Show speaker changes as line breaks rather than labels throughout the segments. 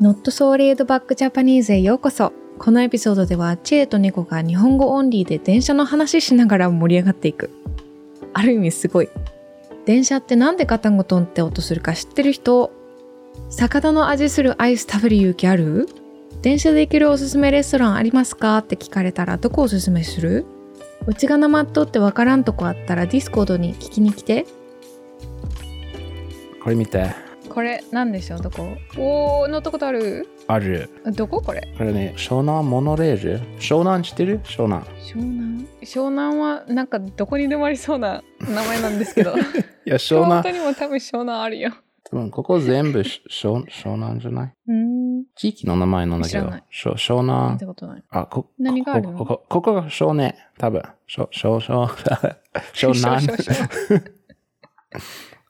Not So Laid Back Japanese へようこそこのエピソードではチエと猫が日本語オンリーで電車の話しながら盛り上がっていくある意味すごい電車ってなんでガタンゴトンって音するか知ってる人酒田の味するアイス食べる勇気ある電車で行けるおすすめレストランありますかって聞かれたらどこおすすめするうちがなまっとってわからんとこあったらディスコードに聞きに来て
これ見て
これなんでしょうどこおー乗ったことある
ある
どここれ
これね湘南モノレール湘南知ってる湘南
湘南湘南はなんかどこにでもありそう な名前なんですけど
いや湘
本当
南
にも多分湘南あるよ
多分ここ全部し 湘湘南じゃないう
ーん
地域の名前なんだけ
知ら
ど
ない
湘湘
見
南
たことない
あこ
何があるの
こここここが湘南多分湘湘 湘湘南
少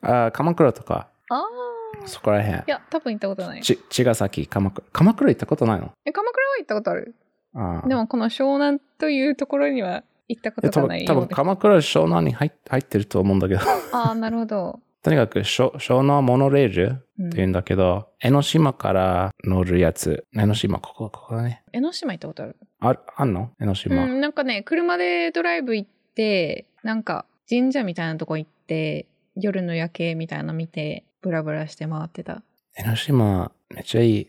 々
あ鎌倉とか
ああ
そこらへん
いや多分行ったことない
ち茅ヶ崎鎌倉鎌倉行ったことないの
え鎌倉は行ったことある
あー
でもこの湘南というところには行ったこ
い
と
や
が
多
な
分
い
多
よう
分
で
鎌倉湘南に入っ入ってると思うんだけど
ああなるほど、
とにかく湘湘南モノレール
うん
って言うんだけど、江ノ島から乗るやつ。江ノ島、ここ、ここだね。
江ノ島行ったことある、
ある、あんの江ノ島。
うんなんかね車でドライブ行ってなんか神社みたいなとこ行って夜の夜景みたいなの見てブラブラして回ってた
江ノ島、めっちゃい い。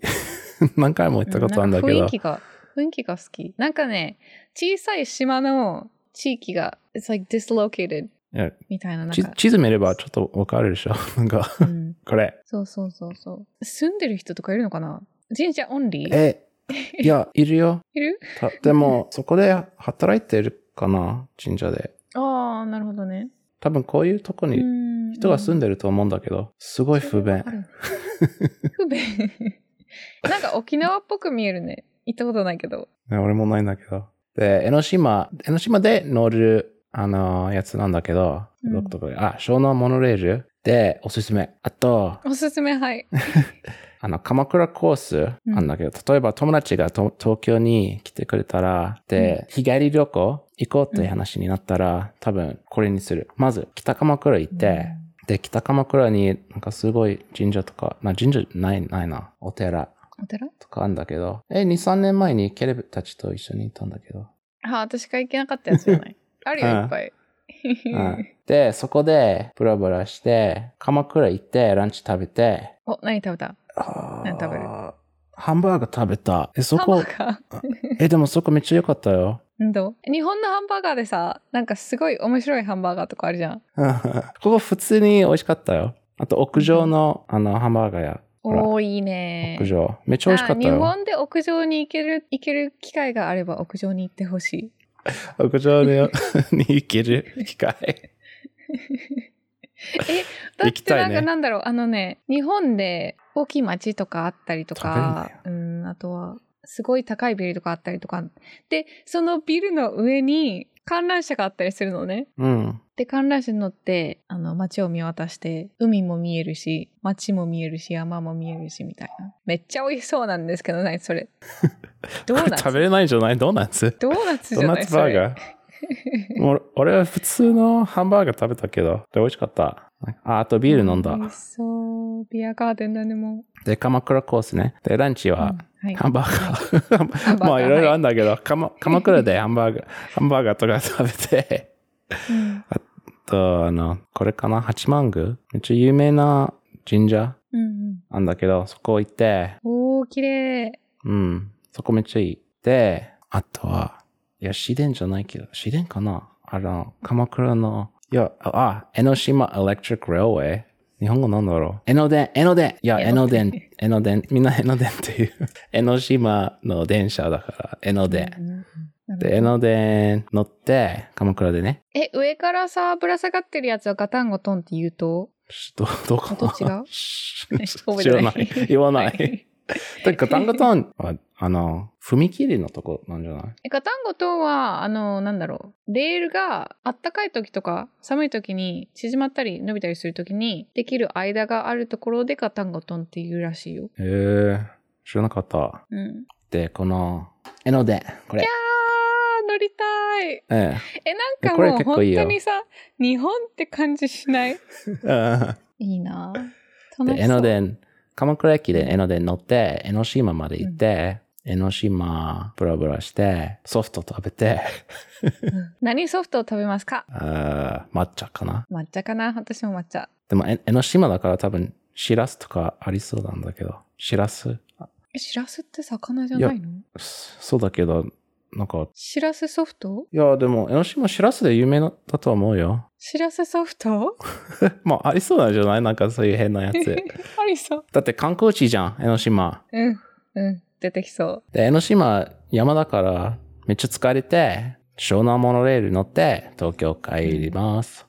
何回も行ったことあるんだけ
う
ど
なんか雰囲。気が雰囲気が好きなんかね小さい島の地域が it's like dislocated
いや
みたいななん
地
か、
地図見ればちょっとわかるでしょ。 なんか、
うん、
これ。
そうそうそうそう住んでる人とかいるのかな神社オンリー
え、いや、いるよ。
いる
たでも、そこで働いてるかな神社で。
ああなるほどね
多分こういうとこに人
人
が住ん
で
でると思うんだけど、すごい不便。
不便 なんか沖縄っぽく見えるね行ったことないけど
ね俺もないんだけど。で、江ノ島、江ノ島で乗る、あのーやつなんだけど、
うん
どことかであ、湘南モノレールでおすすめ。あと、
おすすめはい
あの、鎌倉コース
うん
なんだけど、例えば友達がと東京に来てくれたら、で、日帰り旅行行こうっていう話になったら、多分これにする。まず、北鎌倉行って、で、北鎌倉になんかすごい神社とか、な神社ない、ないな、お寺
お寺
とかあるんだけど、え、2、3年前にケレブたちと一緒に行ったんだけど、
あ私が行けなかったやつじゃない あるよいっぱい
うんで、そこで、ブラブラして、鎌倉行って、ランチ食べて、
お何食べた何食べる
ハンバーガー食べた。え、そ
ハンバ
こ、
ーガー
え、でもそこめっちゃ良かったよ。
うんどう日本のハンバーガーでさなんかすごい面白いハンバーガーとかあるじゃん
ここ普通に美味しかったよ。あと、屋上の、あの、ハンバーガーや。ほら
おーいいね
屋上。めっちゃ美味しかった
あ日
よ。
本で屋上に行ける行ける機会があれば屋上に行ってほしい
屋上に に行ける機会。
えだっ
行き
て
た
ないん
ね
かなんだろう、あのね日本で大きい町とかあったりとかうんあとはすごい高いビルとかあったりとかでそのビルの上に観覧車があったりするのね
うん。
で観覧車に乗ってあの街を見渡して海も見えるし街も見えるし山も見えるしみたいなめっちゃ美味しそうなんですけどねそ れド
こ
ー
れ
ナ
食
ツ
べれないんじゃないドーナツ
ドーナツ
ド
じ
ー
ゃ
ナ
ない
ツバーガー。もう俺は普通のハンバーガー食べたけど、で美味しかった。あ、あとビール飲んだ。
美味しそうビアガーデンだねも
で、鎌倉コースね。で、ランチ
う、
は、
うんはい
ハンバーガー。
ハンバーガー
まあ、いろいろあるんだけど、鎌鎌倉でハンバーガー、ハンバーガーとか食べて、
うん
あと、あの、これかな、八幡宮めっちゃ有名な神社
うんうん
なんだけど、そこ行って、
おー、綺麗。
うん、そこめっちゃいい。で、あとは、いや、市電じゃないけど、市電かなあの、鎌倉の、いや、あ、江ノ島エレクトリック・レーウェイ。日本語なんだろう江ノ電、江ノ電いや、江
江
ノ
ノ電
電、江ノ電、みんな江ノ電っていう。 江ノ島の電車だから、江ノ電。
うんうん
で、江ノ電乗って、鎌倉でね。
え、上からさ、ぶら下がってるやつはガタンゴトンって言う と
ど、どこ
どっちが
知らない。言 わない。。てか、タンガタンは、あの、踏切のとこなんじゃない
えガタンゴトンは、あの、なんだろう。レールがあったかい時とか、寒い時に縮まったり伸びたりする時に、できる間があるところでガタンゴトンって言うらしいよ。
えー、知らなかった。
うん。
で、この、えので、これ。
あー、乗りたい。
え
え、なん
え
か
これ
もう
結構いい
本
よ
当にさ、日本って感じしない
え。
いいなぁ
で、
楽し
え
そう
の。で、鎌倉駅で江ノ電乗って、江ノ島まで行って、江ノ島ブラブラして、ソフト食べ て、
何ソフトを食べますか
あー抹茶かな。
抹茶かな私も抹茶。
でも、え江ノ島だから多分、シラスとかありそうなんだけど、シラス
え、しらすって魚じゃないの
そそうだけど、なんか、
しらすソフト
いや、でも、江ノ島シラスで有名だと思うよ。
しらすソフト
まあ、ありそうなんじゃないなんかそういう変なやつ。
ありそう。
だって観光地じゃん、江ノ島。
うん。うん。出てきそう。
で、江ノ島山だから、めっちゃ疲れて、湘南モノレール乗って、東京帰ります。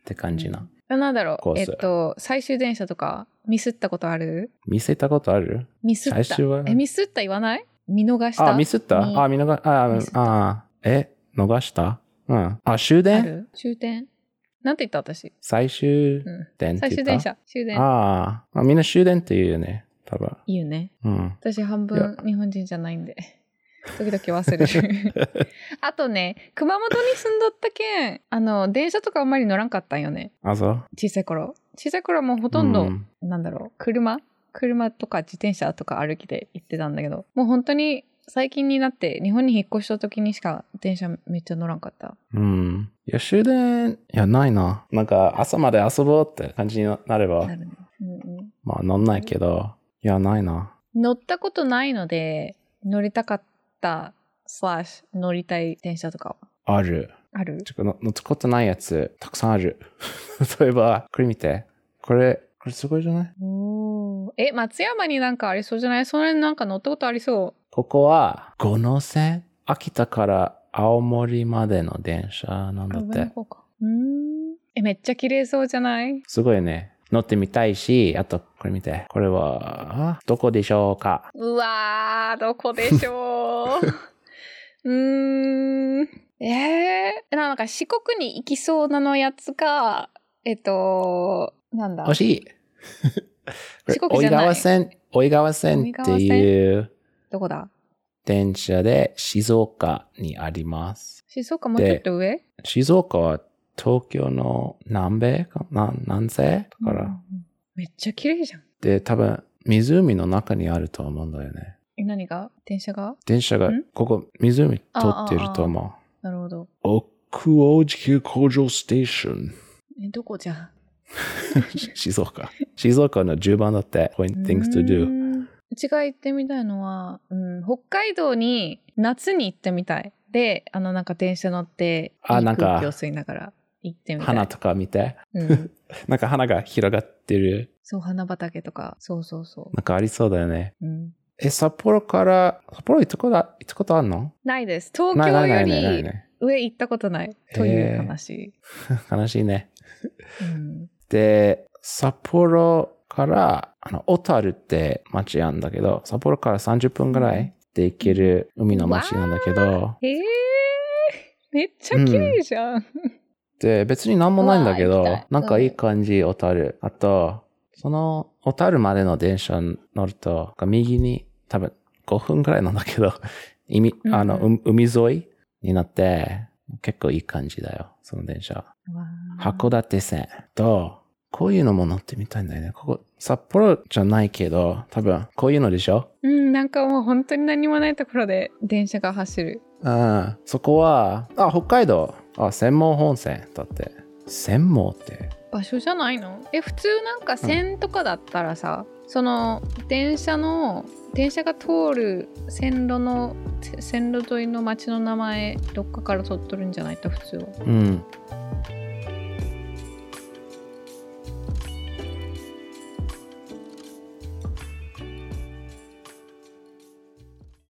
って感じな。
あなんだろ
コ
う。
ー
えっ
ス
と、最終電車とかミスったことある
ミスったことある
ミスった。
最終は
え、ミスった言わない見逃した。
あ、ミスった
に
あ、見逃、あ
ミスっ、
あ、え逃したうん。あ、終
あ
電
る終点なんて言った私。
最終
うん。
電って言った
最終電。車。終電。
あーあ、みんな終電って言うよね。多分。
いいよね。
うん。
私半
い
分
や
日本人じゃないんで。時々忘れる。 あとね、熊本に住んどったけん、あの、電車とかあんまり乗らんかったんよね。
あ、そう
小さい頃。小さい頃はもうほ
ほ
とんど、なんだろう、車車とか自転車とか歩きで行ってたんだけど、もう本当に最近になって日本に引っ越した時にしか電車めっちゃ乗らんかった。
うん。いや、終電、いや、ないな。なんか、朝まで遊ぼうって感じになれば
な、るね。うんうん
まあ、乗んないけど、いや、ないな。
乗ったことないので、乗りたかった、スラッシュ、乗りたい電車とかは
ある。
ある
ちょっとの乗ったことないやつ、たくさんある。 例えば、これ見て。これ、これすごいじゃない
おーえ、松山になんかありそうじゃないそれなんか乗ったことありそ
ここは、五能線秋田から青森までの電車なん
う。
だっ
上の
て。
方か。うーん。え、めっちゃ綺麗そうじゃない
すごいね。乗ってみたいし、あと、これ見て。これは、どこでしょうか
うわー、どこでしょ う。うーん。えー、なんか四国に行きそうなのやつか、えっと、なんだ。
惜しい
四
これ
国じゃ
大
ない
川線、大川線っていう
どこだ
電車で静岡にあります。
静岡もうちょっと上
静岡は東京の南米かな南西だか
う
ら、
んうんめっちゃ綺麗じゃん。
で、多分、湖の中にあると思うんだよね。
え、何が電車が
電車が
ん、
ここ、湖通ってると思
なるほど。
う。奥王子急工場ステーシ ョン。
え、どこじゃん
静岡。静岡の10番だって、Point Things to
う
Do。
ーんうちが行ってみたいのは、うん、北海道に夏に行ってみたい。で、あの、なんか電車乗って、
あ
いい
なんか
空気を吸いながら行ってみたい。
花とか見て、
うん、
なんか花が広がってる、
そう、花畑とか、そうそうそ
なんかありそうだよね。
う。うん、
え、札幌から、札幌行ったことあ行ったことあんの
ないです。東
ないな
京
いな
よ
いないない
り
ね。
上行ったことないという話。
悲しいね。
うん
で、札幌から、あの、小樽って町あんだけど、札幌から30分ぐらいで行ける海の町なんだけど、
えー、めっちゃ綺麗じゃん。
で、別になんもないんだけ
う
ど
わー行きたい、
なんかいい感じ、小樽。あと、その、小樽までの電車に乗ると、右に、多分5分ぐらいなんだけど、 海、あの、
うん
う海沿いになって、結構いい感じだよ、その電車。
わー
函館線と、こういうのも乗ってみたいんだよね。ここ、札幌じゃないけど、多分、こういうのでしょ
うん、なんかもう本当に何もないところで電車が走る。
うん。そこは、あ、北海道。あ、専門本線だって。専門って。
場所じゃないのえ普通なんか線とかだったらさ、その電車の電車が通る線路のせ線路沿いの町の名前どっかから取っとるんじゃないと普通は
うん。